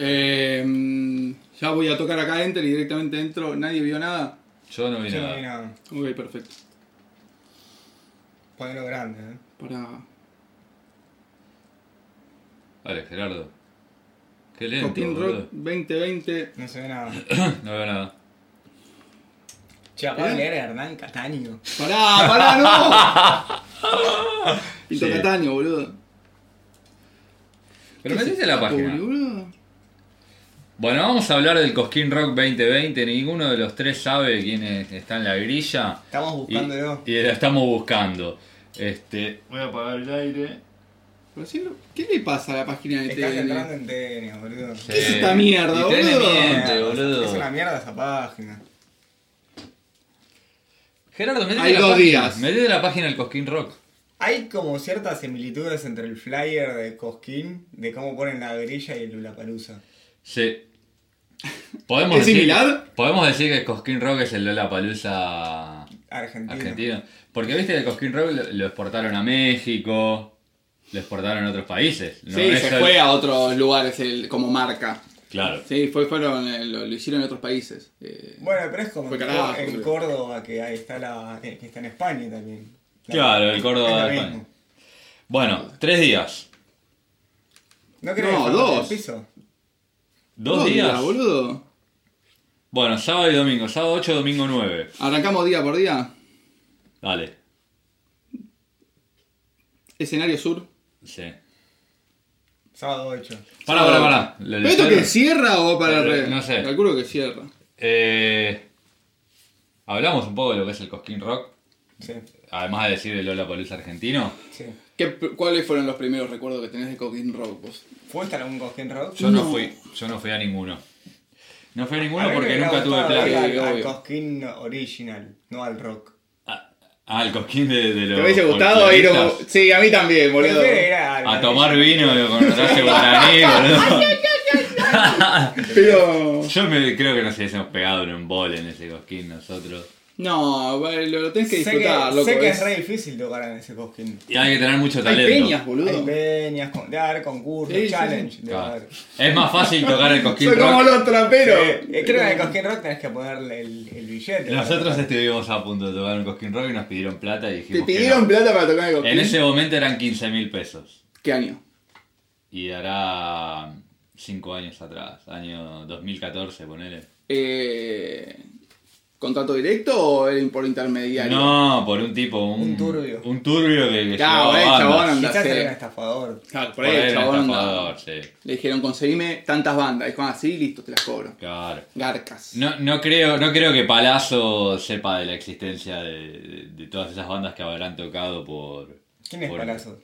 Eh, ya voy a tocar acá Enter y directamente entro. ¿Nadie vio nada? Yo no vi Yo no nada. vi nada. Ok, perfecto. Ponelo grande, ¿eh? Para. Dale, Gerardo. Qué lento, Team boludo. Rock 2020. No se ve nada. No veo nada. Che, acabo ¿Eh? de leer a Hernán Cataño. ¡Pará, pará, no! Pinto Sí. Cataño, boludo. Pero ¿Qué metiste es la esto, página. boludo? Bueno, vamos a hablar del Cosquín Rock 2020. Ninguno de los tres sabe quién es- está en la grilla. Estamos buscándolo. Y, y lo estamos buscando. Este, voy a apagar el aire. Pero si no- ¿Qué le pasa a la página de Estás entrando TN? en tenis, boludo. este Sí. es esta mierda, Y Tene boludo? miente, Ah, Es una boludo. mierda esa página. Gerardo, metete Hay la dos página. días. Metete la página del Cosquín Rock. Hay como ciertas similitudes entre el flyer de Cosquín, de cómo ponen la grilla y el Lulapalooza. Sí. Podemos ¿Es decir, similar? Podemos decir que el Cosquín Rock es el Lollapalooza Argentina. argentino. Porque viste que el Cosquín Rock lo, lo exportaron a México, lo exportaron a otros países. No Sí, es se el- fue a otros lugares el- como marca. Claro. Sí, fue, fueron, eh, lo, lo hicieron en otros países. Eh, Bueno, pero es como Fue en, carajo, en boludo. Córdoba, que ahí está la. eh, que está en España también. La- Claro, el es Córdoba lo de mismo. España. Bueno, tres días. No querés No, dejarlo en el dos. piso. Dos, dos días. boludo. Bueno, sábado y domingo. Sábado 8, domingo 9. Arrancamos día por día. Dale. Escenario sur. Sí. Sábado 8. Pará, pará, pará. Lo- ¿Pero esto lo- que cierra o para Pero, re? no sé. Calculo que cierra. Eh, hablamos un poco de lo que es el Cosquín Rock. Sí, Además de decir el Lollapalooza argentino. sí. ¿Qué- ¿Cuáles fueron los primeros recuerdos que tenés de Cooking Rock? vos? ¿Fuiste a algún Cosquín Rock? Yo no. No. fui, yo no fui a ninguno. No fui a A mí ninguno me porque hubiera nunca tuve gustado ir plata. al- Sí, al obvio. Cosquín original, no al rock. Ah, ah, el cosquín de, de los. ¿Te hubiese gustado ir a... folcloristas. Sí, a mí también, boludo. Prefiero ir al- a tomar vino con Horacio Guaraní, boludo. Pero... Yo me, creo que nos hubiésemos pegado en un bol en ese cosquín nosotros. No, bueno, lo, lo tenés que Sé que, disfrutar, loco. sé que es es- re difícil tocar en ese Cosquín. Y hay que tener mucho Hay talento. peñas, boludo. Hay peñas, con, de haber concursos, Sí, sí, challenge. sí. de Claro. haber- Es más fácil tocar el cosquín Soy como rock. los traperos. Sí, eh, creo que en el Cosquín Rock tenés que ponerle el, el billete. Nosotros Para- estuvimos a punto de tocar un cosquín rock y nos pidieron plata y Te dijimos. que pidieron no. plata para tocar el Cooking. En ese momento eran 15 mil pesos. ¿Qué año? Y hará 5 años atrás, año 2014, ponele. Eh, ¿Contrato directo o era por intermediario? No, por un tipo, un, Un turbio. Un turbio que, que Claro, llevaba eh, bandas. chabón, anda, Quizás sí. era un estafador. Claro, Ah, por Por ahí, ahí el era chabón, estafador, anda. sí. Le dijeron, conseguime tantas bandas. Y dijo, ah, sí, listo, te las cobro. Claro. Garcas. No, no, creo, no creo que Palazzo sepa de la existencia de, de- de todas esas bandas que habrán tocado por... ¿Quién es por- Palazzo?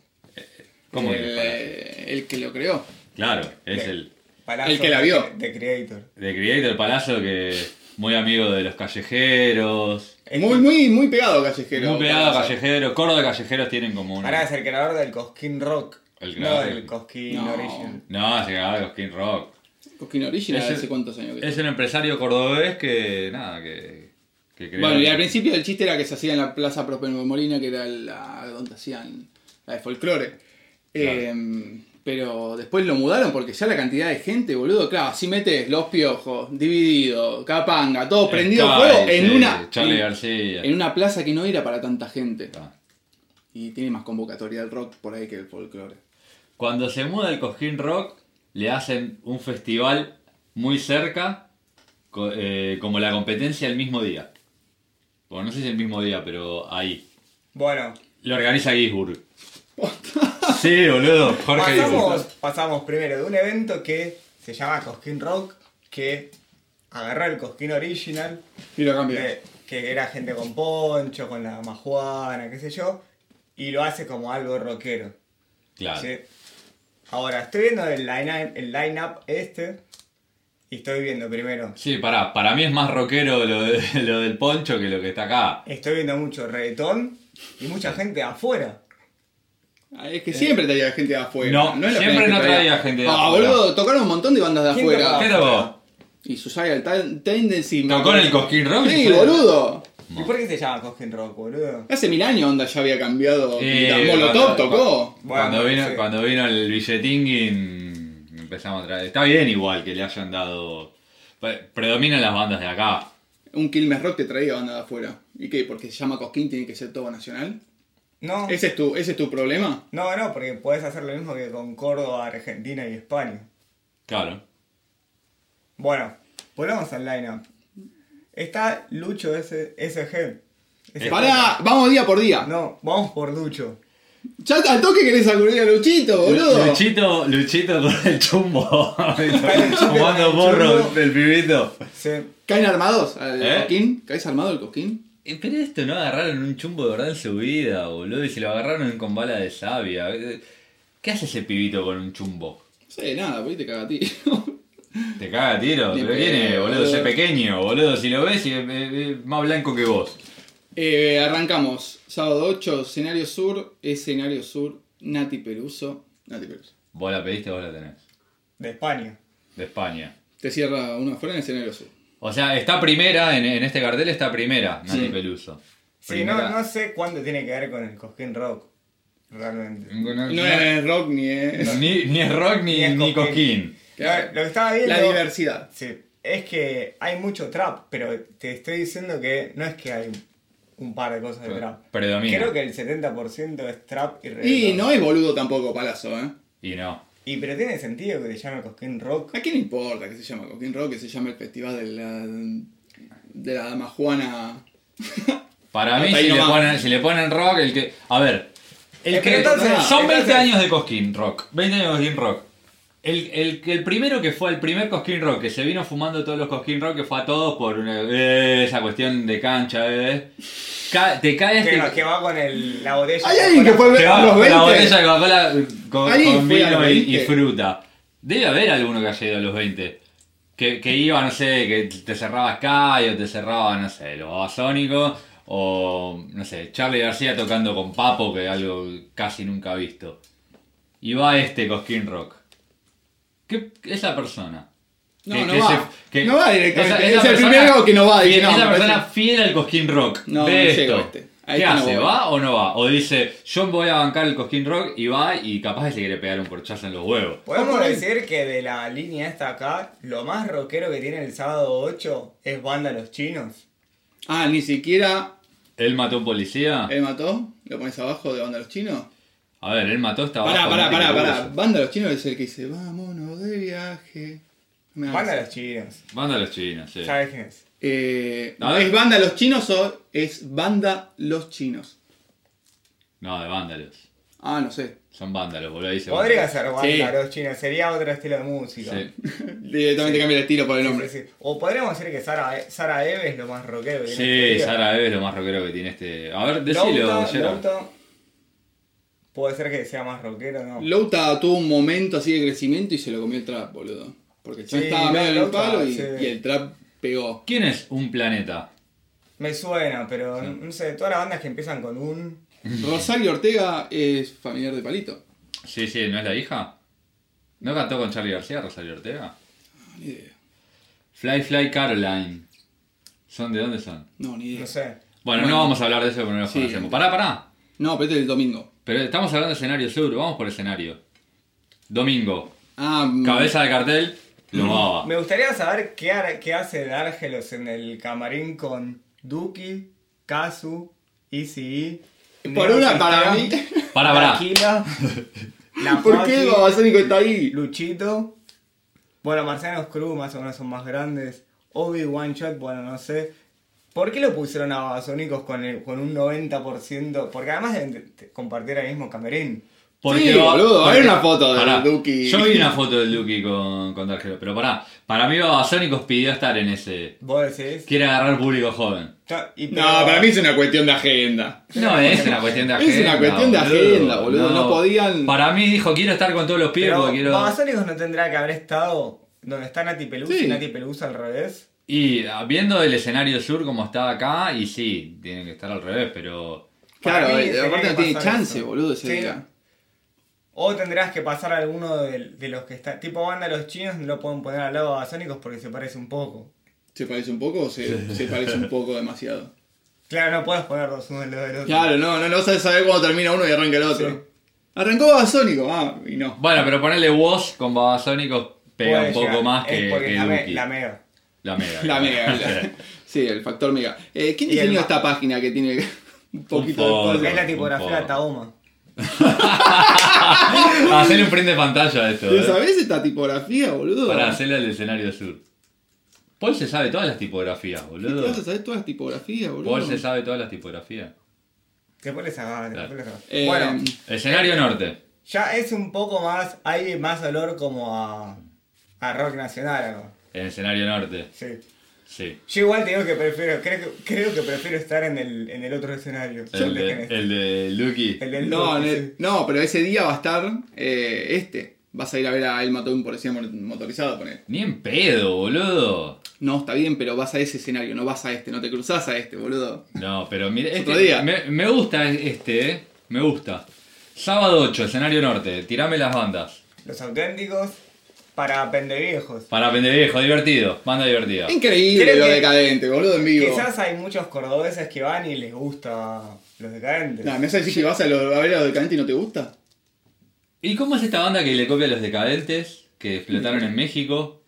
¿Cómo el, que es Palazzo? eh, el que lo creó. Claro, es Le- el Palazzo El que la vio. de- De Creator. de Creator Palazzo que muy amigo de los callejeros. Es Muy, muy, muy pegado callejero. muy pegado a Palazzo. callejeros. Coro de callejeros tienen como un... Ahora es el creador del Cosquín Rock. El no creador. del Cosquín No. Original. No, se cagaba los King Rock. Cosquín Original Ese- hace cuántos años que Es un empresario cordobés que... Nada, que... que creó- Bueno, y al principio el chiste era que se hacía en la Plaza Prospero Molina, que era la donde hacían la de folclore. Eh, pero después lo mudaron porque ya la cantidad de gente, boludo, claro, así metes los piojos, dividido, capanga, todo prendido Sky, fuego en sí, una Charlie en, García. Ah. en una plaza que no era para tanta gente. Está. Y tiene más convocatoria el rock por ahí que el folclore. Cuando se muda el Cosquín Rock, le hacen un festival muy cerca, co- eh, como la competencia el mismo día. Bueno, no sé si el mismo día, pero ahí. Bueno, Lo organiza Gisburg. Sí, boludo, Jorge pasamos, Gisburg. pasamos primero de un evento que se llama Cosquín Rock, que agarró el Cosquín Original, Y lo cambió. que, que era gente con poncho, con la majuana, qué sé yo, y lo hace como algo rockero. Claro. ¿sí? Ahora, estoy viendo el line-up el line-up este, y estoy viendo primero, Sí, pará, para mí es más rockero lo, de- lo del poncho que lo que está acá. estoy viendo mucho reggaetón y mucha gente afuera. Ah, Es que siempre traía gente de afuera. Eh, No, es la siempre primera vez que no traía gente de Ah, afuera. boludo, tocaron un montón de bandas de ¿Quién afuera. tocaba? ¿Qué tocó? Y Suicidal Ten- Tendency. me ¿Tocó en el acuerdo. Cosquín Rock? Sí, boludo. ¿Y por qué se llama Cosquín Rock, boludo? Hace mil años Onda ya había cambiado. Eh, Molotov cuando- tocó. Cuando Bueno, vino, sí. cuando vino el billetín y mm, empezamos a traer. Está bien igual que le hayan dado. Pre- Predominan las bandas de acá. Un Quilmes Rock te traía banda de afuera. ¿Y qué? Porque se llama Cosquín, tiene que ser todo nacional. No, ¿Ese es tu, ese es tu problema? no, no, porque podés hacer lo mismo que con Córdoba, Argentina y España. Claro. Bueno, volvamos al lineup. Está Lucho ese SG. Ese- Pará, vamos día por día. No, vamos por Lucho. Ya al toque querés sacudir a Luchito, boludo. Luchito, Luchito con el chumbo. con Fumando el porro chumbo. del pibito. Se- ¿Caen armados al ¿Eh? Cosquín? ¿Caes armado al Cosquín? Eh, Pero esto no agarraron un chumbo de verdad en su vida, boludo. Y se lo agarraron con bala de savia. Eh, ¿Qué hace ese pibito con un chumbo? No sé, nada, porque te caga a ti. Te caga a tiro, Ni pero pedo, viene, boludo, boludo. ese pequeño, boludo, si lo ves, es es- es más blanco que vos. Eh, arrancamos. Sábado 8, escenario sur, escenario sur, Nati Peruso. Nati Peruso. Vos la pediste, vos la tenés. de España. De España. Te cierra uno afuera en escenario sur. O sea, está primera, en, en este cartel está primera, Nati Sí. Peluso. Sí, no, Primera. no sé cuánto tiene que ver con el Cosquín Rock. Realmente. Ah, No- No es rock ni es. Ni, ni es rock ni, Ni es ni cosquín. Cosquín. Claro. Lo, lo que estaba viendo. La diversidad. Sí, es que hay mucho trap, pero te estoy diciendo que no es que hay un par de cosas de Pre- trap. predomina. Creo que el 70% es trap y Y reggaetón. no es boludo tampoco, palazo, ¿eh? Y no. Y pero tiene sentido que te llame Cosquín Rock. ¿A quién le importa que se llama Cosquín Rock? Que se llama el festival de la. de la dama Juana. Para mí, Hasta ahí si le, nomás. ponen, si le ponen rock, el que. A ver. El Eh, que, pero entonces- son 20 entonces- años de Cosquín Rock. 20 años de Cosquín Rock. El, el, el primero que fue el primer Cosquín Rock, que se vino fumando todos los Cosquín Rock, que fue a todos por una- eh, esa cuestión de cancha, eh. Ca- te cae Que, este. no- que va con el, la botella. ¿Hay alguien que fue Te a va los con La 20? botella de Coca-Cola eh, con, Alguien con fue a los vino y, y 20. fruta. Debe haber alguno que haya ido a los 20. Que, que iba, no sé, que te cerraba Sky o te cerraba, no sé, los Babasónicos. O, no sé, Charlie García tocando con Papo, que es algo casi nunca visto. Y va este Cosquín Rock. ¿Qué, esa persona? No, no va. No va directamente. esa- Es esa el primero que no va, dice, fiel- no, esa me persona parece- fiel al Cosquín Rock. No, Ve no esto. llego a este. A ¿Qué este no hace? voy. ¿Va ¿Ah, o no va? O dice, yo voy a bancar el Cosquín Rock y va y capaz que se quiere pegar un corchazo en los huevos. Podemos Vamos a ver. decir que de la línea hasta acá, lo más rockero que tiene el sábado 8 es Banda Los Chinos. Ah, ni siquiera. Él mató a un policía. él mató? ¿Lo pones abajo de Banda de los Chinos? A ver, él mató esta Pará, pará, pará, pará. Banda de los Chinos es el que dice, vámonos de viaje. Me Banda hagas. Los Chinos. Manda a los chinos, sí. ¿Sabes quién es? Eh, A ver. ¿Es Banda Los Chinos o es Banda Los Chinos? No, de vándalos. Ah, no sé. Son vándalos, boludo. Ahí se Podría van. ser Banda Sí. Los Chinos, sería otro estilo de música. Sí. Directamente cambia el estilo por el nombre. Sí, sí, sí. O podríamos decir que Sara, E-, Sara Eve es lo más rockero que tiene. este Sí, Sara Eve es lo más rockero que tiene este. A ver, decilo, Lauta, Gerard. Lauta, puede ser que sea más rockero, ¿no? Louta tuvo un momento así de crecimiento y se lo comió el trap, boludo. Porque ya Sí, estaba medio en el Louta, palo y, sí. y el trap pegó. ¿Quién es un planeta? Me suena, pero no sé, todas las bandas que empiezan con un... Rosario Ortega es familiar de Palito. Sí, sí, ¿no es la hija? ¿No cantó con Charlie García, Rosario Ortega? No, Ah, ni idea. Fly Fly Caroline. ¿Son de dónde son? No, ni idea. no sé. Bueno, no vamos a hablar de eso porque no lo Sí. conocemos. Pará, pará. No, pero este es el domingo. Pero estamos hablando de escenario sur, vamos por escenario. Domingo, Ah, mm, cabeza de cartel, lo maba. Me gustaría saber qué, har- qué hace Dárgelos en el camarín con Duki, Kazu, Easy E. Por una, para mí. Pará, pará. La ¿Por qué Faki, Babasónico está ahí? Luchito. Bueno, Marcianos Cruz más o menos son más grandes. Obi One Shot, bueno, no sé. ¿Por qué lo pusieron a Babasónicos con, el- con un 90%? Porque además deben de- de compartir el mismo camerín. Sí, boludo, hay una foto del Pará, Duki. Yo vi una foto del Duki con, con Dargelo, pero pará. Para mí Babasónicos pidió estar en ese. Vos decís. Quiere agarrar público joven. No, y No, pero- para mí es una cuestión de agenda. No, es una cuestión de Es agenda. una cuestión de agenda, boludo, no podían- Para mí dijo, quiero estar con todos los pies Pero porque quiero... Babasónicos no tendrá que haber estado donde está Nati Pelusa Sí. y Nati Pelusa al revés. Y ah, viendo el escenario sur como está acá, y sí, tiene que estar al revés, pero. Para Claro, mí eh, tenía aparte que no tiene pasar chance, eso. boludo, ese Sí. día. O tendrás que pasar a alguno de, de los que está. Tipo banda los chinos no lo pueden poner al lado de Babasónicos porque se parece un poco. ¿Se parece un poco o se, se parece un poco demasiado? Claro, no puedes poner dos uno al lado del otro. Claro, no, no, no sabes saber cuándo termina uno y arranca el otro. Arrancó Babasónico, ah, y no. Bueno, pero ponerle Woz con Babasónicos pega Puede un poco llegar. más Es que, porque que la, me- Duki. la mega. La mega. La mega. Sí. la- sí, el factor mega. Eh, ¿Quién Y el diseñó ma- esta página que tiene un poquito de fondo. todo? Es la un tipografía poco. de Taoma. Hacerle un print de pantalla a esto. ¿Te eh. sabés esta tipografía, boludo? Para hacerle al escenario sur. Paul se sabe todas las tipografías, ¿Qué te boludo. vas a saber todas las tipografías, boludo? Paul se sabe todas las tipografías. Después le sacaba, Claro. después le sacaba. Eh, Bueno, Escenario norte. ya es un poco más. Hay más olor como a. a rock nacional. algo. En escenario norte. Sí. Sí. Yo igual te digo que prefiero. Creo, que- creo que prefiero estar en el, en el otro escenario. Yo El el de de, Genesis. el de Lucky. este, El del No, rock, en sí. el- no, pero ese día va a estar eh, este. Vas a ir a ver a El Mató a un policía mo- motorizado, él. Ni en pedo, boludo. No, está bien, pero vas a ese escenario, no vas a este, no te cruzás a este, boludo. No, pero mire. Este, Otro día. Me, me gusta este, eh. Me gusta. Sábado 8, escenario norte. Tirame las bandas. Los auténticos para pendeviejos. Para pendejo, divertido. Banda divertida. Increíble Creo lo que- decadente, boludo, en vivo. Quizás hay muchos cordobeses que van y les gusta los decadentes. Nah, ¿Me vas a decir que vas a, lo- a ver a lo decadente y no te gusta? ¿Y cómo es esta banda que le copia a los decadentes que explotaron en México?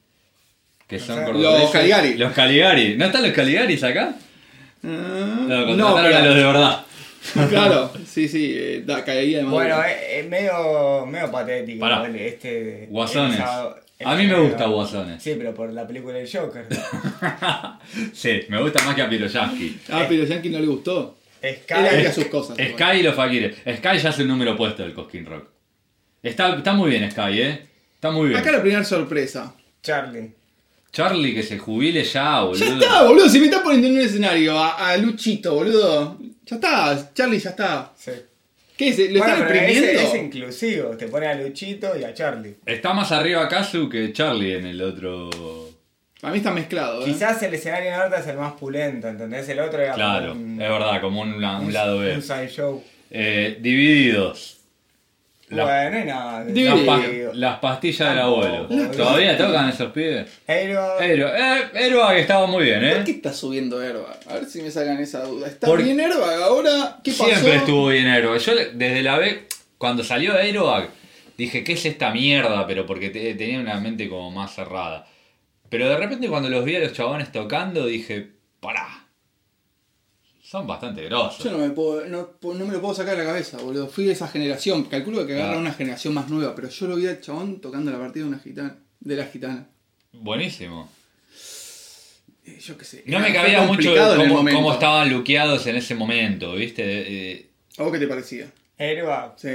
Que son Los cordobeses. Caligari. Los Caligari. ¿No están los Caligaris acá? No, No, contrataron a los de verdad. Claro, sí, sí, eh, da, caería de maduro. Bueno, es, es medio, medio patético. Pará. igual Este, Guasones. el sábado- el A mí me sábado. gusta Guasones. Sí, pero por la película del Joker. Sí, me gusta más que a Piroyaski. Ah, pero Yankee no le gustó. Él hacía Sky. sus cosas. igual. Sky y los Fakires. Sky ya es el número puesto del Cosquín Rock. Está, está muy bien Sky, ¿eh? Está muy bien. Acá la primera sorpresa. Charlie. Charlie que se jubile ya, boludo. Ya está, boludo, si me estás poniendo en un escenario a, a Luchito, boludo. Ya está, Charlie ya está. Sí. ¿Qué es? ¿Lo Bueno, están pero exprimiendo? ese- Es inclusivo. Te pone a Luchito y a Charlie. Está más arriba Kazu que Charlie en el otro. A mí está mezclado, ¿eh? Quizás el escenario norte es el más pulento, ¿entendés? El otro era como Claro, es un, verdad, como un, la- un lado Un B. side show. Eh, divididos. La- Bueno, y nada. Divi- las, pa- Divididos. las pastillas del Tampoco, abuelo. boludo. ¿Todavía tocan esos pibes? Pero- Pero, eh, Erba que estaba muy bien, ¿Por ¿eh? qué está subiendo Airbag? A ver si me sacan esa duda. ¿Está Por- bien Airbag ahora? ¿Qué pasó? Siempre estuvo bien Airbag. Yo le- desde la B, cuando salió Airbag, dije, ¿qué es esta mierda? Pero porque te- tenía una mente como más cerrada. Pero de repente cuando los vi a los chabones tocando, dije, pará. Son bastante grosos. Yo no me, puedo, no, po- no me lo puedo sacar de la cabeza, boludo. Fui de esa generación. Calculo que agarra Claro. una generación más nueva, pero yo lo vi al chabón tocando la partida de una gitana. De la gitana. Buenísimo. Eh, Yo qué sé. No Era- me fue cabía mucho complicado en el cómo, momento. cómo estaban luqueados en ese momento, ¿viste? Eh, ¿A vos qué te parecía? Erba, Sí.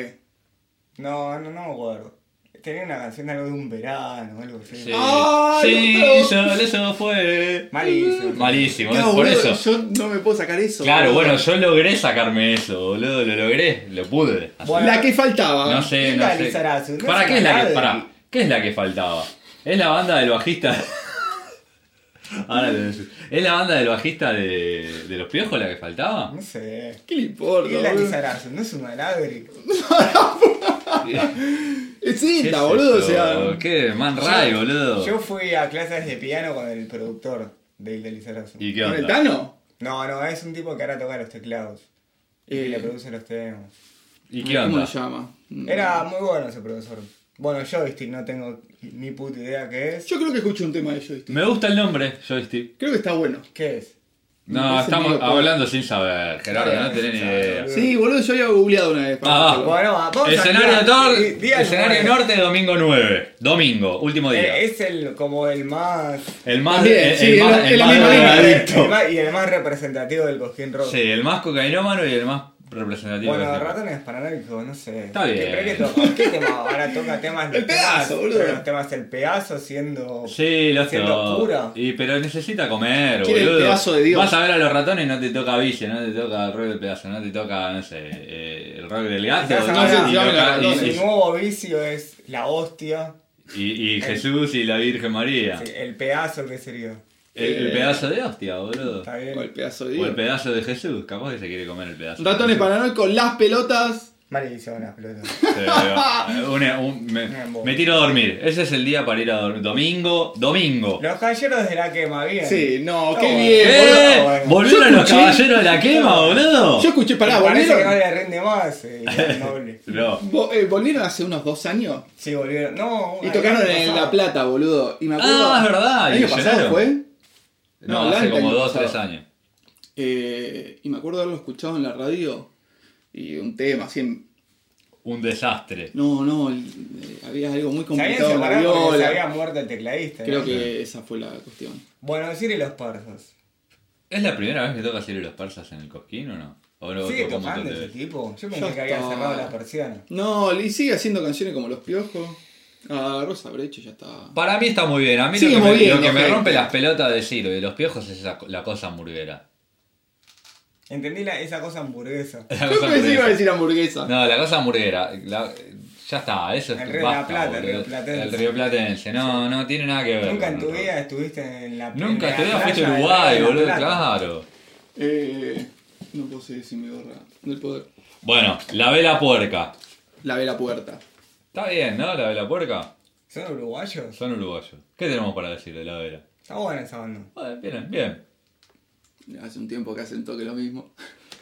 no, no, no me acuerdo. Tenía una canción de algo de un verano o algo así. Ah, sí, Ay, sí no. solo eso fue. Malísimo. Malísimo, Claro, por boludo, eso. Yo no me puedo sacar eso. Claro, boludo. bueno, yo logré sacarme eso, boludo, lo logré, lo pude. Así. Bueno, La que faltaba. No sé, no ¿Qué la sé. Lizarazu? No ¿Para es qué es la que, nadie. para, ¿Qué es la que faltaba? Es la banda del bajista. Ahora lo decís. ¿Es la banda del bajista de, de los piojos la que faltaba? No sé. ¿Qué le importa? ¿Qué es la boludo? Lizarazu? ¿No es una ladri? Es ¿Qué es cinta, boludo. eso? O sea, ¿Qué? Man Ray, boludo. Yo fui a clases de piano con el productor de Hilda Lizarazu. ¿Y qué ¿con el onda? Tano? No, no, es un tipo que ahora toca los teclados. Y que Eh. le produce los temas. ¿Y qué ¿Cómo onda? se llama? Mm. Era muy bueno ese profesor. Bueno, joystick, no tengo ni puta idea qué es. Yo creo que escuché un tema de Joystick. Me gusta el nombre, Joystick. Creo que está bueno. ¿Qué es? Me No, parece estamos medio hablando sin saber, Gerardo, no tenés ni idea. Eh. Sí, boludo, yo había googleado una vez. Ah, hacerlo. Bueno, va- vamos Escenario, a nor- Di- di algo, escenario bueno. norte, domingo 9. Domingo, último día. Eh, es el como el más. El más, También, el, sí, el es más, la- el es la más misma línea. drogadicto. el más- y el más representativo del Cosquín Rock. Sí, el más cocainómano y el más representativo. Bueno, de- ratones paranoicos, no sé. Está ¿Qué- bien. pero ¿Qué, toca? ¿Qué tema? Ahora toca temas. El pedazo, boludo. pero Los temas del pedazo siendo. Sí, lo siendo oscuro. Y pero necesita comer, Quiere el boludo. pedazo de Dios. Vas a ver a los ratones y no te toca biche, no te toca el rock del pedazo, no te toca, no sé, eh, el rock del gato. Quizás no ahora- sé si ahora toca- los y- ratones. El nuevo vicio es la hostia. y, y Jesús y la Virgen María. Sí, el pedazo que sería. El, el pedazo de hostia, boludo. Está O el bien. pedazo de O el Dios. pedazo de Jesús, capaz que se quiere comer el pedazo. de Ratones Jesús. Paranoicos, las pelotas. Maldición las pelotas. Sí, digo, un- un- me, me tiro a dormir. Ese es el día para ir a dormir. Domingo, domingo. Los caballeros de la quema, bien. Sí, no, qué bueno. bien, ¡Eh! boludo, bueno. ¿Volvieron Yo los escuché- caballeros de la quema, boludo? Yo escuché, pará, Me Parece que no volvieron. le rinde más. eh, el noble. No. vo- eh, volvieron hace unos dos años Sí, volvieron. No, y ay, tocaron ¿qué en pasaba? La Plata, boludo. Y me acuerdo. Ah, es ¿El verdad, y año pasado llenaron. fue? No, No, el hace año como dos, pasado. tres años. Eh, y me acuerdo haberlo escuchado en la radio. Y un tema, así. en- Un desastre. No, no, el- eh, había algo muy Se habían complicado. en La separado porque se viola. había muerto el tecladista. Creo ¿no? que esa fue la cuestión. Bueno, Ciro y los Parsons. ¿Es la primera vez que toca Ciro y los Persas en el Cosquín o no? ¿O lo ¿Sigue tocó un montón tocando de ese veces? tipo? Yo Ya pensé que había está. cerrado las persianas. No, y sigue haciendo canciones como Los Piojos. Ah, Rosa Breche ya está. Para mí está muy bien. A mí Sigue lo que, me, moviendo, lo que me gente. rompe las pelotas de Ciro y de los piojos es esa- la cosa hamburguera. Entendí la, esa cosa hamburguesa. La Yo pensé que cosa iba a hamburguera. decir hamburguesa. No, la cosa hamburguera. la- ya está, eso es El Río de la basta, Plata, el boludo. Río Platense. El Río Platense. No, no tiene nada que ver. Nunca con en tu el rock. vida estuviste en la Nunca en en tu la vida fuiste a playa de Uruguay, la boludo, Plata. claro. Eh, no puedo seguir sin mi gorra del poder. Bueno, la vela puerca. La ve la puerta. Está bien, ¿no? La vela puerca. ¿Son uruguayos? Son uruguayos. ¿Qué tenemos para decir de la vela? Está buena esa banda. Bueno, bien, bien. Hace un tiempo que hacen toque lo mismo.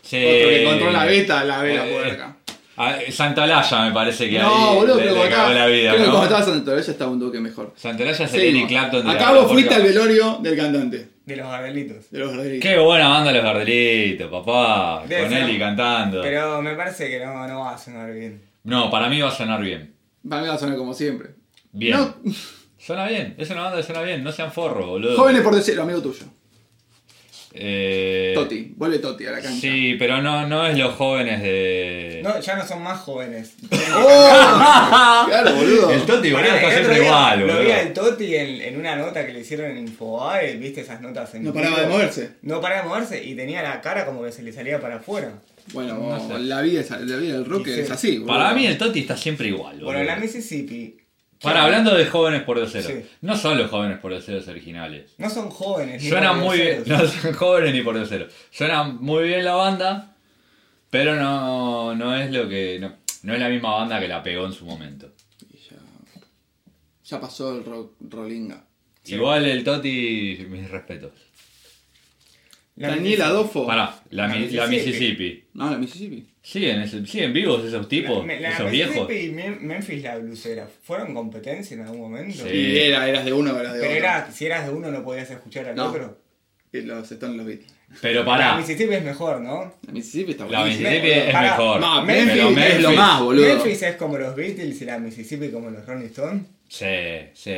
Sí. Otro que encontró la beta, la vela Eh, puerca. Ah, Santalaya me parece que No, ahí boludo, le, pero le cagó acá. la vida, creo que ¿no? cuando estabas en el Torero ya estaba un toque mejor. Santalaya es el Seguimos. Eric Clapton de la Acá vela vos fuiste puerca. al velorio del cantante, De los Gardelitos. de los Rodríguez. Qué buena banda los Gardelitos, papá. Debe con ser. Eli cantando. Pero me parece que no, no va a sonar bien. No, para mí va a sonar bien. Van a sonar como siempre. Bien. No. Suena bien, es una banda que suena bien, no sean forro, boludo. Jóvenes por decirlo, amigo tuyo. Eh, Toti, vuelve Toti a la cancha. Sí, pero no, no es los jóvenes de. No, ya no son más jóvenes. Ah. ¡Oh! claro, boludo. El Toti, boludo, Pará, está el otro siempre día igual, Lo boludo. vi al Toti en, en una nota que le hicieron en Infobae, viste esas notas en No vivo? paraba de moverse. No paraba de moverse y tenía la cara como que se le salía para afuera. Bueno, No sé. la, vida es- la vida del rock Y sí. es así. boludo. Para mí el Toti está siempre igual, boludo. Bueno, la Mississippi. Para, hablando de jóvenes por cero. Sí. No son los jóvenes por ceros originales. No son jóvenes. ni Suena por muy bien. groseros. No son jóvenes ni por cero. Suena muy bien la banda, pero no, no es lo que. No, no es la misma banda que la pegó en su momento. Y Ya, ya pasó el rock rolinga. Igual el Toti, mis respetos. La Daniel Adolfo. Pará, la, La mi- la Mississippi. Mississippi. No, la Mississippi. ¿Siguen, ese- siguen vivos esos tipos? Me- la ¿Esos Mississippi viejos? y Mem- Memphis la blusera. ¿Fueron competencia en algún momento? Sí. Y era, eras de uno o eras de Pero otro. era, si eras de uno no podías escuchar al No. otro. Y los están los Beatles. Pero La pará, Mississippi es mejor, ¿no? La Mississippi está la buenísima. Mississippi es Pará, mejor. No, Memphis- Memphis, pero es lo Memphis- más, boludo. Memphis es como los Beatles y la Mississippi como los Rolling Stones. Sí, sí.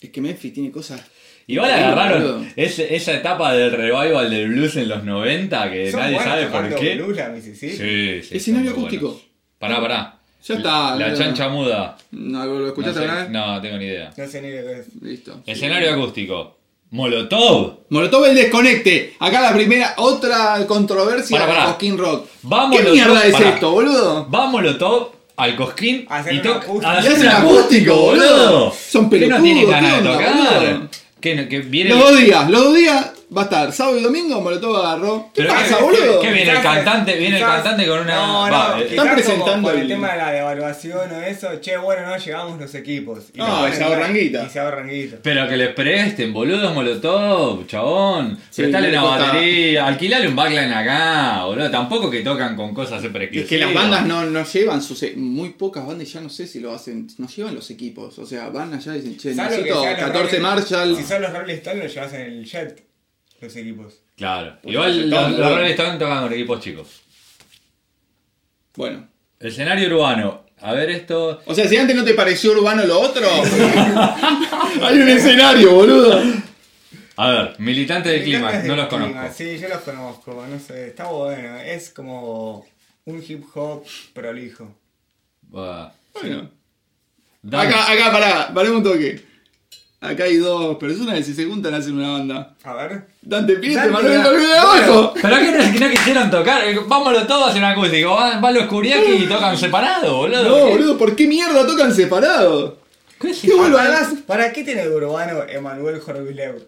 Es que Memphis tiene cosas. Igual increíbles, agarraron boludo. ese- esa etapa del revival del blues en los 90 que Son Eh, nadie buenos sabe por tocando qué. blues, la Mississippi. Sí, sí. Escenario son muy acústico. buenos. Pará, pará. Ya está, La, no, chancha muda. No, ¿lo escuchaste no, sé- alguna vez? no, tengo ni idea. No sé ni lo que es. Listo. Escenario acústico. Molotov. Molotov el desconecte. Acá la primera, otra controversia Pará, pará. de Cosquín Rock. Vamos ¿Qué los mierda dos- es pará. esto, boludo? Va Molotov al cosquín A hacer y un toca. acústico. a Y hacer hacen un acústico, acústico, boludo. boludo. Son Que no tienen pelotudos, ganas de ¿qué onda, tocar. boludo? Que, no- que viene Los dos días, los dos días va a estar sábado y domingo. Molotov agarró. ¿Qué Pero pasa, qué- boludo? qué- viene el Quizás- cantante- viene el cantante con una- No, no, va, eh. quizás Están presentando como por el el- tema de la devaluación o eso. Che, bueno, no llegamos los equipos. No, los y ponen se ahorran ahí, guita. Y se ahorran guita. Pero que les presten, boludo, Molotov, chabón. Sí, Prestale me una cuesta. batería, alquilale un backline acá, boludo. Tampoco que tocan con cosas súper Es exclusivas. que las bandas no, no llevan sus. e- Muy pocas bandas, ya no sé si lo hacen. No llevan los equipos. O sea, van allá y dicen, che, ¿Sabes lo que necesito sean los 14 Rolling- Marshall. Si son los Rolling Stones, los llevas en el jet. Los equipos. Claro. Pues Igual estamos los, muy los bien. Rolling Stones tocan con equipos chicos. Bueno. Escenario urbano. A ver esto. O sea, si antes no te pareció urbano lo otro. hay un escenario, boludo. A ver, militantes del clima, Militantes no del los clima, conozco. Sí, yo los conozco, no sé. Está bueno. Es como un hip hop prolijo. Va. Bueno. Dame- Acá, acá, pará, pará un toque. Acá hay dos personas que si se juntan hacen una banda. A ver. Dante Piete, Dante, Manuel Dante. Olvido de abajo. Pero que no, que no quisieron tocar, Eh, vámonos todos en acústico, van, van los Kuriaki y tocan separado, boludo. No, boludo, ¿por qué mierda tocan separados? ¿Qué es ¿Qué vuelvo a Además, ¿para qué tiene de urbano Emanuel Jorvileu?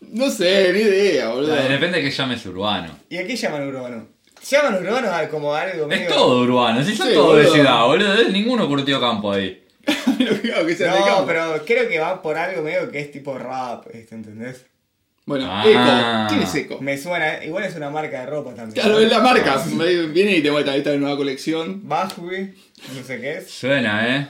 No sé, ni idea, boludo. De repente que llames urbano. ¿Y a qué llaman urbano? Llaman urbano a- como algo medio... Es todo urbano, si son Sí, todos de boludo. ciudad, boludo. es Ninguno curtió campo ahí. Pero cuidado que sea de No, campo. pero creo que va por algo medio que es tipo rap, ¿viste? ¿entendés? Bueno, Ah. Eco. ¿Quién es Eco? Me suena, ¿eh? igual es una marca de ropa también. Claro, es la marca. Viene y te muestra esta nueva colección. Bajui, no sé qué es. Suena, eh.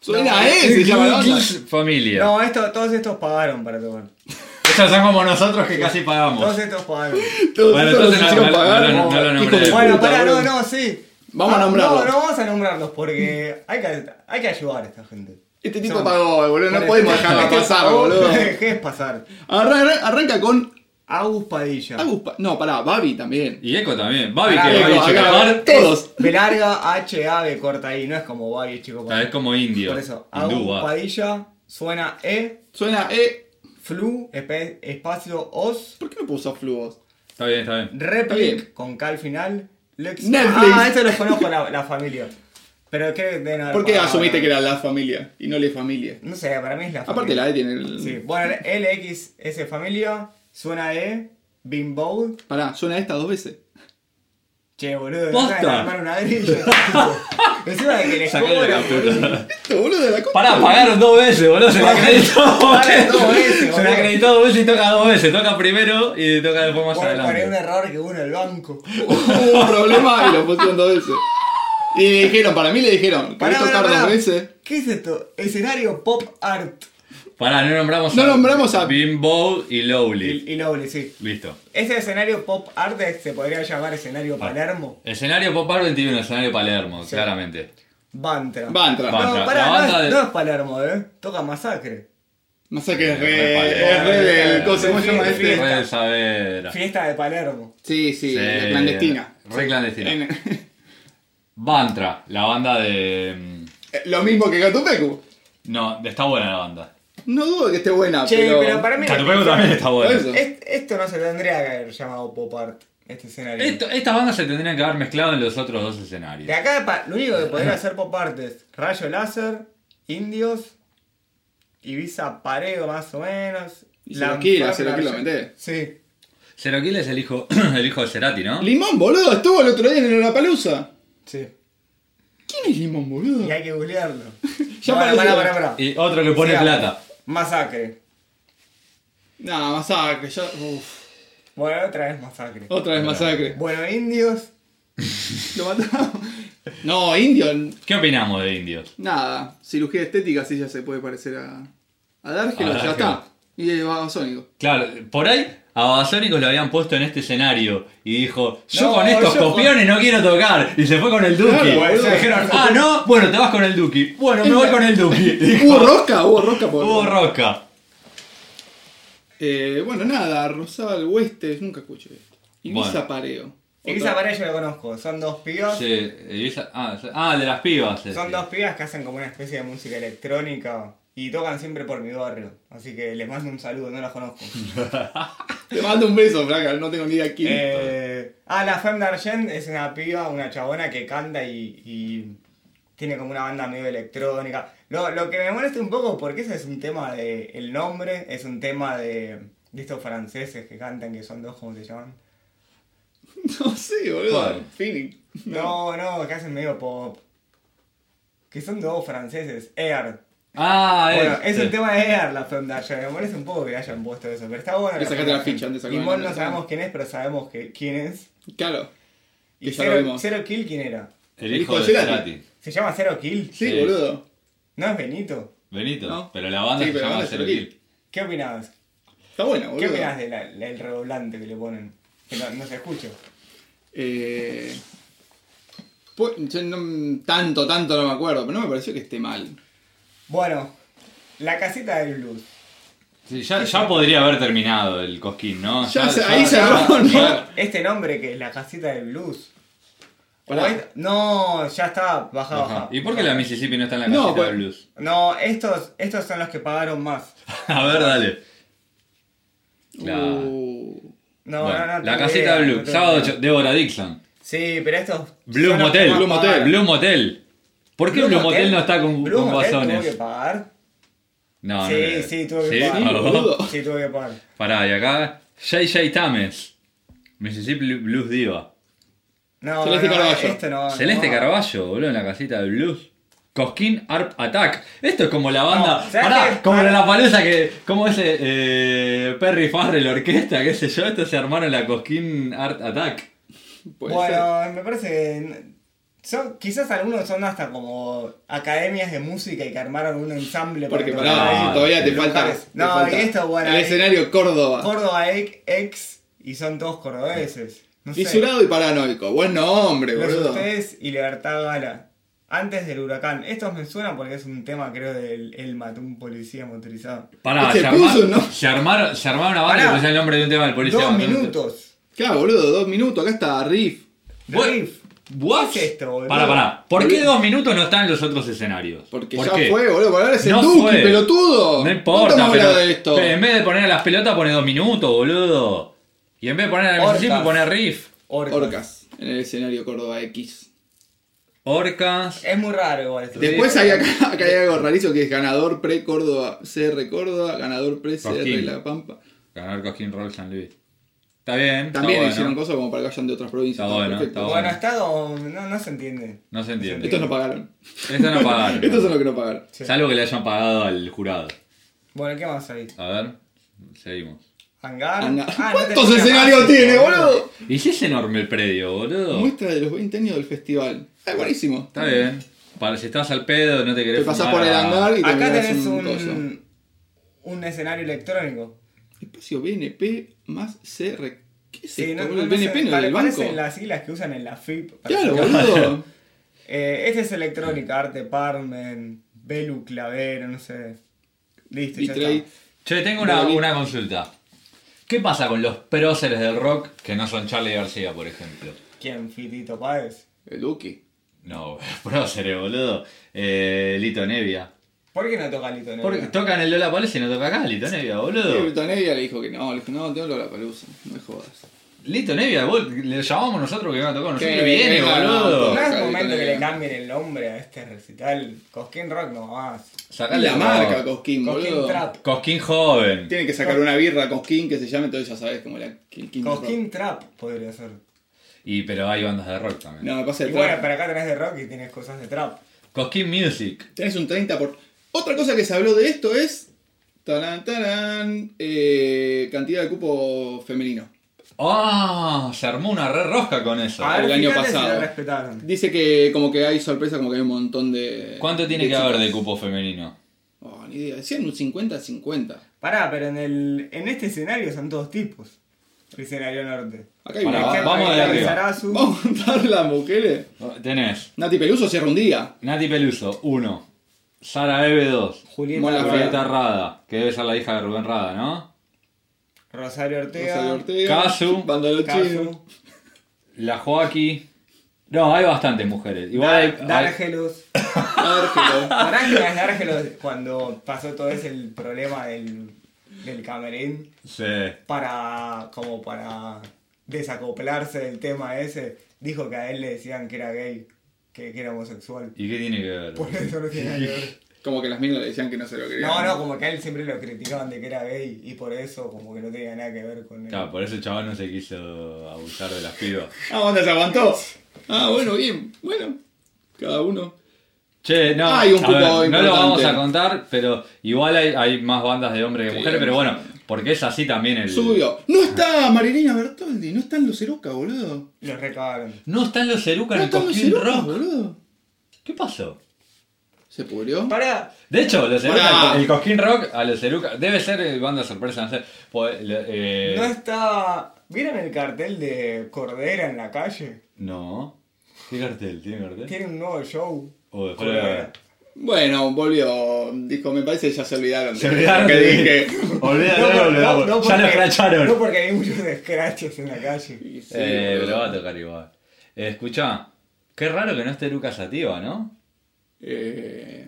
Suena No, a él, se llama la banda. Familia. No, esto, todos estos pagaron para tomar. Estos son como nosotros que casi pagamos. Todos estos pagaron. Todos Bueno, esos entonces los no- hicieron no- pagar. no- no- no lo Hijo de nombré. puta, Bueno, pará, no, boludo. no, sí. Vamos a Ah, nombrarlos. No, no vamos a nombrarlos porque hay que, hay que ayudar a esta gente. Este tipo Son- pagó, boludo. No Por podemos este- dejarlo este- pasar, vos boludo. No dejes pasar. Arran- arran- Arranca con Agus Padilla. Agus Pa- No, pará, Babi también. Y Eco también. Babi Ah, que lo Eco, había dicho acá, capar. todos. De larga, H, A, B, corta ahí. No es como Babi, chico. Ah, Es como indio. Por eso, hindú, Agus va. Padilla suena E, Suena E. flu, espe- espacio, os, ¿Por qué no puso fluos? Está bien, está bien. Está replic, bien. con K al final, Lex. Netflix. Ah, eso lo conozco la, la familia. Pero qué deben haber ¿Por qué pagado, asumiste ¿no? que era la familia y no le familia? No sé, para mí es la familia. Aparte la E tiene el... Sí, bueno, LXS familia, suena E, bimbo. Pará, suena esta dos veces. Che, boludo, no Posta. saben armar una grilla. Encima de que les Sacale la cobran. puta. Esto, boludo, de la costa. Pará, pagaron dos veces, boludo. Se me acreditó. Pagaron dos veces, Se me boludo. acreditó dos veces y toca dos veces. Toca primero y toca después más Bueno, poner un adelante. error que uno el banco. Hubo un problema y lo pusieron dos veces. Y le dijeron, para mí le dijeron, ¿querés Pará, pará, tocar pará. dos veces? ¿Qué es esto? Escenario pop art. Pará, no nombramos No nombramos a- Bimbo y Lowly. Y, y Lowly, sí. Listo. Ese escenario pop art se podría llamar Ah. escenario Palermo. Escenario Pop Art 21, escenario Palermo, claramente. Bantra. Bantra. Bantra. No, pará, La no, banda es, de- no es Palermo, ¿eh? Toca Masacre. No sé qué es Re re, es Palermo. re del coso, ¿cómo se llama Sí, este? sí. Re de Savera. Fiesta de Palermo. Sí, sí, Sí, la clandestina. re clandestina. En- Bantra, la banda de. mm, Lo mismo que Catupecu. No, está buena la banda. No dudo que esté buena, Che, pero... pero, para mí. Catupecu también está Por buena. eso. Est- esto no se tendría que haber llamado pop art, este escenario. Esto- estas bandas se tendrían que haber mezclado en los otros dos escenarios. De acá, pa- lo único que podría hacer pop art es rayo láser, indios, Ibiza pareo más o menos. Y se lo quiere, Lanzar se lo la- quiere meter. Sí. Cero Kill es el hijo, el hijo de Cerati, ¿no? Limón, boludo, estuvo el otro día en la palusa. Sí. ¿Quién es Limón, boludo? Y hay que googlearlo. Ya Bueno, apareció. pará, pará, pará. Y otro que pone O sea, plata. Masacre. Nah, masacre, ya. Uf, Bueno, otra vez masacre. otra vez masacre. Bueno, indios. Lo matamos. No, indio, ¿Qué opinamos de indios? nada. Cirugía estética sí ya se puede parecer a. A Dargelo, A ya Dargelo. está. Y de Babasónico. Claro, por ahí a Babasónicos lo habían puesto en este escenario y dijo: Yo No, con estos yo con- copiones no quiero tocar. Y se fue con el Duki. Claro, boludo. Dijeron: Ah, no, bueno, te vas con el Duki. Bueno, me voy con el Duki. Dijo, ¿Hubo rosca? Hubo rosca por. Hubo rosca. Eh, bueno, nada, Rosal Huestes, nunca escuché. Ibiza Bueno. Pareo. Ibiza Otra- pareo yo lo conozco. Son dos pibas. Sí, y esa- ah, esa- ah, de las pibas. sí, Son sí. dos pibas que hacen como una especie de música electrónica y tocan siempre por mi barrio. Así que les mando un saludo, no las conozco. Te mando un beso, Franca, no tengo ni idea quién. Eh, ah, la Femme d'Argent es una piba, una chabona que canta y, y tiene como una banda medio electrónica. Lo, lo que me molesta un poco, porque ese es un tema de el nombre, es un tema de, de estos franceses que cantan, que son dos, ¿cómo se llaman? No sé, boludo. ¿Cuál? Phoenix. No, no, que hacen medio pop. Que son dos franceses, Air. Ah, Bueno, es, es el tema de Air, la Femme d'Argent. Me molesta un poco que hayan puesto eso, pero está bueno. Le sacaste la Femme d'Argent. ficha antes de sacar Limón la no ficha. sabemos quién es, pero sabemos que, quién es. Claro. Y Que ya lo Zero, vimos. Zero Kill, ¿quién era? el hijo de Cerati. ¿Se llama Zero Kill? Sí, Sí. boludo. ¿No es Benito? Benito, No. pero la banda Sí, se pero la llama banda Cero es Cero Kill. ¿Qué opinabas? Está buena, boludo. ¿Qué opinás del del redoblante que le ponen? Que no, no se escucha. Eh, pu- yo no- tanto, tanto no me acuerdo, pero no me pareció que esté mal. Bueno, la casita del blues. Sí, ya, ya podría haber terminado el cosquín, ¿no? Ya se- ahí cerró, ¿no? ya- Este nombre que es la casita del blues. O Pará. es- no, ya está, baja, baja. Ajá. ¿Y por qué la Mississippi no está en la No, casita pues- de blues? No, estos, estos son los que pagaron más. A ver, dale. Claro. Uh, No, Bueno, no, no. la tengo casita idea, de no blues, tengo sábado idea. 8, Débora Dixon. Sí, pero estos. Blue son los que Motel. más Blue Motel. pagaron. Blue Motel. ¿Por qué Blue, Motel, no está con, Blue con Motel tuvo guasones? que pagar. No, no Sí, creo. sí, tuvo que ¿Sí? pagar. ¿Pagó? boludo. Sí, tuve que pagar. Pará, y acá, JJ Tames, Mississippi Blues Diva. No, Celeste no, Carballo. esto no, Celeste no. Carballo, boludo, en la casita del blues. Cosquín Arp Attack. Esto es como la banda. No, ¿sabes pará, qué? como Pará. la paleza que. Como ese eh, Perry Farrell orquesta, qué sé yo. Esto se armaron la Cosquín Art Attack. Puede bueno, me parece. que Son, quizás algunos son hasta como academias de música y que armaron un ensamble ser. Porque para pará, tocar ahí. no, todavía te no, falta, no, te no, falta y esto, bueno, el ahí- escenario Córdoba. Córdoba ex, ex y son todos cordobeses. No sé. Fisurado y paranoico. Buen nombre, Los boludo. ustedes y Libertad Gala. Antes del huracán. Estos me suenan porque es un tema, creo, del El mató un policía motorizado. Pará, Este se, arma- puso, ¿no? se armaron, se armaron una banda Pará. y pusieron el nombre de un tema del policía. Dos Bastante- minutos. Claro, boludo, dos minutos. Acá está Riff. de What? riff. What? ¿Qué es esto, boludo? Pará, pará. ¿Por Boludo. qué dos minutos no están en los otros escenarios? Porque ¿Por ya qué? fue, boludo. Porque ahora es el No Duki, fue. pelotudo. No ¿Cuánto importa, más pero, habla de esto? pero en vez de poner a las pelotas pone dos minutos, boludo. Y en vez de poner al Orcas. principio pone riff. Orcas. Orcas. En el escenario Córdoba X. Orcas. Es muy raro igual esto. Después Sí. hay acá, acá hay algo rarísimo que es ganador pre-Córdoba, CR Córdoba, ganador pre-CR Cosquín. La Pampa. Ganar Cosquín Roll San Luis. Está bien. está También bueno. hicieron cosas como para que vayan de otras provincias. Está bueno, está Bueno, bueno. está do- no, no se entiende. No se entiende. Estos no pagaron. Esto no pagaron. Estos son los que no pagaron. Sí. Salvo que le hayan pagado al jurado. Bueno, ¿qué más hay? A ver, seguimos. ¿Hangar? Anda. Ah, no ¿Cuántos tenía escenarios más, tiene, boludo? Y si es enorme el predio, boludo. Muestra de los 20 años del festival. Está buenísimo. Está bien. Para si estás al pedo, no te querés Te pasás fumar por el a- hangar y te Acá mirás tenés un coso. un, un escenario electrónico. Espacio BNP más CR. ¿Qué es Sí, esto, no, boludo? no el BNP sé, no es el banco. parecen las siglas que usan en la FIP. para Claro, sacar- boludo. Eh, este es Electronic Art Department, Belu Clavero, no sé. Listo, ya Bitrate. está. Che, tengo una, Dale. una consulta. ¿Qué pasa con los próceres del rock que no son Charlie García, por ejemplo? ¿Quién? Fitito Páez. El Duki. No, próceres, boludo. Eh, Lito Nevia. ¿Por qué no toca Lito Nevia? Porque tocan el Lola Pales y no toca acá, Lito Nevia, boludo. Everton Evia le dijo que no, le dijo, no, tengo la palusa, no me jodas. Lito Nevia, vos le llamamos nosotros que van a tocar nosotros. Que Viene, venga, boludo. No es Toca Lito momento que Nevia. le cambien el nombre a este recital. Cosquín Rock no más. Es Sacale la marca Cosquín. Cosquín, Cosquín boludo. Trap. Cosquín Joven. Tienen que sacar una birra Cosquín que se llame, entonces ya sabes cómo la. que- que- Cosquín Trap podría ser. Y pero hay bandas de rock también. No, me pasa Y el bueno, trap. pero acá tenés de rock y tenés cosas de trap. Cosquín Music. Tenés un 30 por. Otra cosa que se habló de esto es. Tarán, tarán. eh, cantidad de cupo femenino. ¡Ah! se armó una re rosca con eso. A ver, el año fíjate si pasado. lo respetaron. Dice que como que hay sorpresa, como que hay un montón de. ¿Cuánto tiene que haber de cupo femenino? Oh, ni idea. Decían un 50-50. Pará, pero en, el, en este escenario son todos tipos. El escenario norte. Acá hay Pará, una. va- vamos de arriba. Sarazu. Vamos a contar las mujeres. Tenés Nati Peluso cierra un día. Nati Peluso, 1. Sara Eve, 2. Julieta Mola Rada, Fred. Julieta Rada, que debe ser la hija de Rubén Rada, ¿no? Rosario Ortega. Rosario Ortega. Casu. Banda de los Chinos. Casu. La Joaquí. No, hay bastantes mujeres. Igual hay- hay- Dárgelos. Árgelo. Dárgelos, Dárgelos. Cuando pasó todo ese el problema del, del camerín. Sí. para como para desacoplarse del tema ese, dijo que a él le decían que era gay, que, que era homosexual. ¿Y qué tiene que ver? Por eso no tiene nada que ver. Como que las minas le decían que no se lo querían. No, no, como que a él siempre lo criticaban de que era gay y por eso como que no tenía nada que ver con él. Claro, por eso el chaval no se quiso abusar de las pibas. Ah, onda, se aguantó. Ah, bueno, bien. Bueno, cada uno. Che, no, Hay un a cupo no lo importante. vamos a contar, pero igual hay, hay más bandas de hombres que Sí, mujeres, pero sí. bueno, porque es así también el... Subió. No está Marilina Bertoldi, no está en Luceruca, boludo. Los recagaron. No están los Eruca No en está en Cosquín Luceruca, Rock. boludo. ¿Qué pasó? Se pudrió. Para, De hecho, los Eruca, Pará. el Cosquín Rock a los Eruca, debe ser eh, banda sorpresa, no sé. Pues, eh, no está... ¿Vieron el cartel de Cordera en la calle? No. ¿Tiene cartel? ¿Tiene cartel? Tiene un nuevo show. Oh, después lo voy a Cordera. ver. Bueno, volvió. Dijo, me parece que ya se olvidaron. de Se olvidaron lo que de- dije. Olvídate, por- olvídate. no ya lo porque- escracharon. No porque hay muchos escraches en la calle. Y sí, eh, boludo. pero va a tocar igual. Eh, escuchá, qué raro que no esté Lucas Sativa, ¿no? Eh,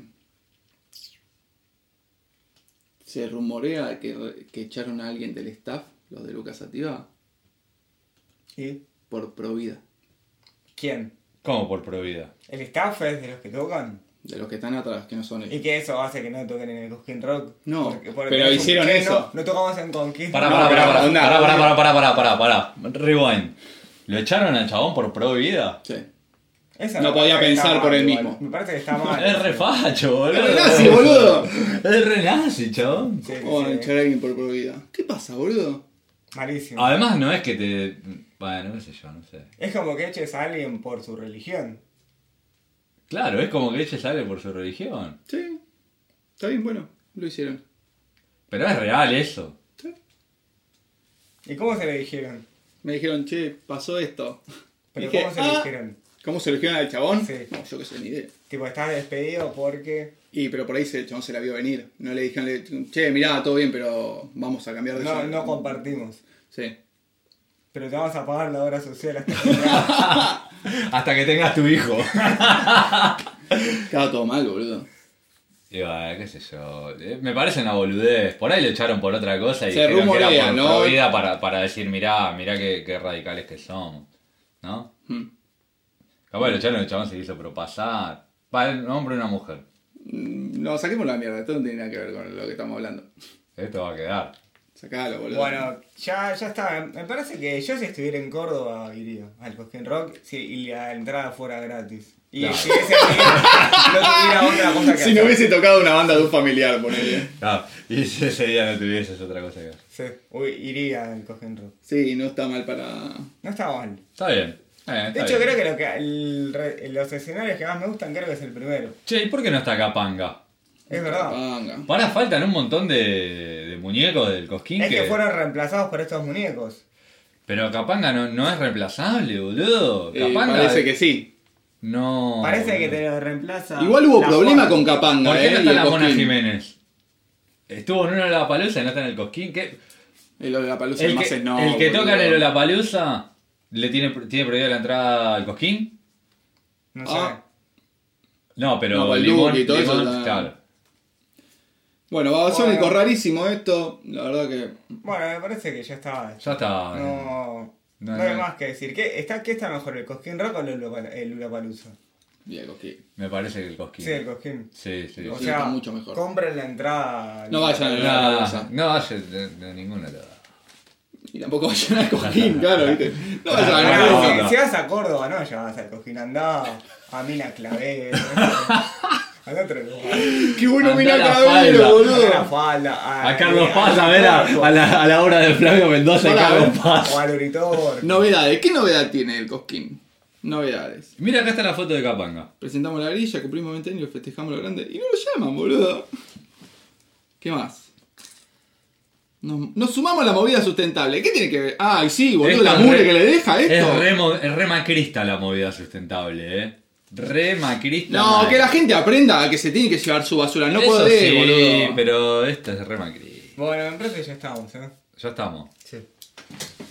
se rumorea que, que echaron a alguien del staff, los de Lucas Sativa, ¿Y por provida. quién? ¿Cómo por probidad? ¿El staff es de los que tocan? De los que están atrás, que no son Y ellos. que eso hace que no toquen en el Cosquín Rock. No, por pero el teléfono, hicieron che, eso. No, no tocamos en Conquista. Pará, No, pará, pero pará, pará, onda, pará, onda. pará, pará, pará, pará, pará, rewind. ¿Lo echaron al chabón por pro vida? Sí. Esa No me podía parece que está pensar por mal él igual. mismo. Me parece que está mal. Es re facho, boludo. ¡Es re nazi, boludo! Es re nazi, chabón. Sí, sí, Oh, sí. echar a alguien por probidad. ¿Qué pasa, boludo? Malísimo. Además, no es que te. Bueno, qué sé yo, no sé. Es como que eches a alguien por su religión. Claro, es como que eches sale por su religión. Sí. Está bien, bueno. Lo hicieron. Pero es real eso. Sí. ¿Y cómo se le dijeron? Me dijeron, che, pasó esto. ¿Pero Dije, cómo se "Ah". le dijeron? ¿Cómo se lo dijeron al chabón? Sí. No, yo qué sé, ni idea. Tipo, estás despedido porque. Y pero por ahí se- el chabón se la vio venir. No le dijeron, le- che, mirá, todo bien, pero vamos a cambiar de No, zona". no compartimos. Sí. Pero te vamos a pagar la hora social hasta Hasta que tengas tu hijo. Estaba todo mal, boludo. Y bueno, "Ah, qué sé yo. eh, Me parece una boludez. Por ahí lo echaron por otra cosa y Se dijeron que rumorea, era por ¿no? pro vida para, para decir, mirá, mirá qué, qué radicales que somos. ¿No? Mm. Capaz lo echaron el chabón se hizo propasar. Para un hombre y una mujer. Mm, No, saquemos la mierda. Esto no tiene nada que ver con lo que estamos hablando. Esto va a quedar. Sacalo, boludo. Bueno, ya, ya está. Me parece que yo si estuviera en Córdoba iría al Cosquín Rock sí, y la entrada fuera gratis. Y Claro. si ese día no tuviera otra cosa que Si no hacer. hubiese tocado una banda de un familiar, ponele. Ah, y si ese día no tuvieses otra cosa que hacer. Sí, uy, iría al Cosquín Rock. Sí, no está mal para. No está mal. Está bien. Eh, De está hecho, bien. creo que, lo que el re- los escenarios que más me gustan creo que es el primero. Che, ¿y por qué no está acá Panga? Es verdad. Panga. Para faltan un montón de, de muñecos del cosquín. Es que fueron reemplazados por estos muñecos. Pero Capanga no, no es reemplazable, boludo. Eh, Ah. Capanga. parece que sí. No. Parece que boludo. te lo reemplaza. Igual hubo la problema Juana. con Capanga. Ah, ¿Por qué eh, no y está el la Mona Cosquín. Jiménez? Estuvo en una Lollapalooza y no está en el cosquín. ¿Qué? El Lollapalooza El más que, es no. el que boludo. toca en el Lollapalooza le tiene, tiene prohibida la entrada al cosquín. No sé. Ah. No, pero No, Balduco Limón, y todo eso Limón, está- claro. Bueno, Babasónico, Bueno. rarísimo esto. La verdad que. Bueno, me parece que ya estaba. Ya está. No, No, no, hay no. más que decir. ¿Qué está, qué está mejor, el Cosquín Rock o el Lula- el Lulapalooza? Diego, que. Me parece que el cosquín. Sí, el Cosquín. sí, sí. O sí, sea, está mucho mejor. compren la entrada. No vayan a la No, Lollapalooza. no vayas de, de ninguna entrada. Y tampoco vayan al Cosquín, claro, ¿viste? No vayan Ah, al Pará, Cosquín. si- no. si, vas a Córdoba, no, ya vas al Cosquín. Andá a Mina Clavé. al otro lugar. Qué bueno Andá mira a la Caballero, falda. A la boludo. falda. A, A Carlos eh, Paz, a ver a, a la, a la obra de Flavio Mendoza y Hola. Carlos Paz. O al Uritor. Novedades. ¿Qué novedad tiene el Cosquín? Novedades. Mira, acá está la foto de Capanga. Presentamos la grilla, cumplimos 20 años, festejamos lo grande. Y no lo llaman, boludo. ¿Qué más? Nos, nos sumamos a la movida sustentable. ¿Qué tiene que ver? Ah, y sí, boludo, Esto la es mugre re- que le deja esto. Es re, mo- es re macrista la movida sustentable, ¿eh? Re macrista. No, mal. que la gente aprenda a que se tiene que llevar su basura. No Eso puedo sí, boludo. pero esto es re macrista. Bueno, en realidad ya estamos, ¿eh? Ya estamos. Sí.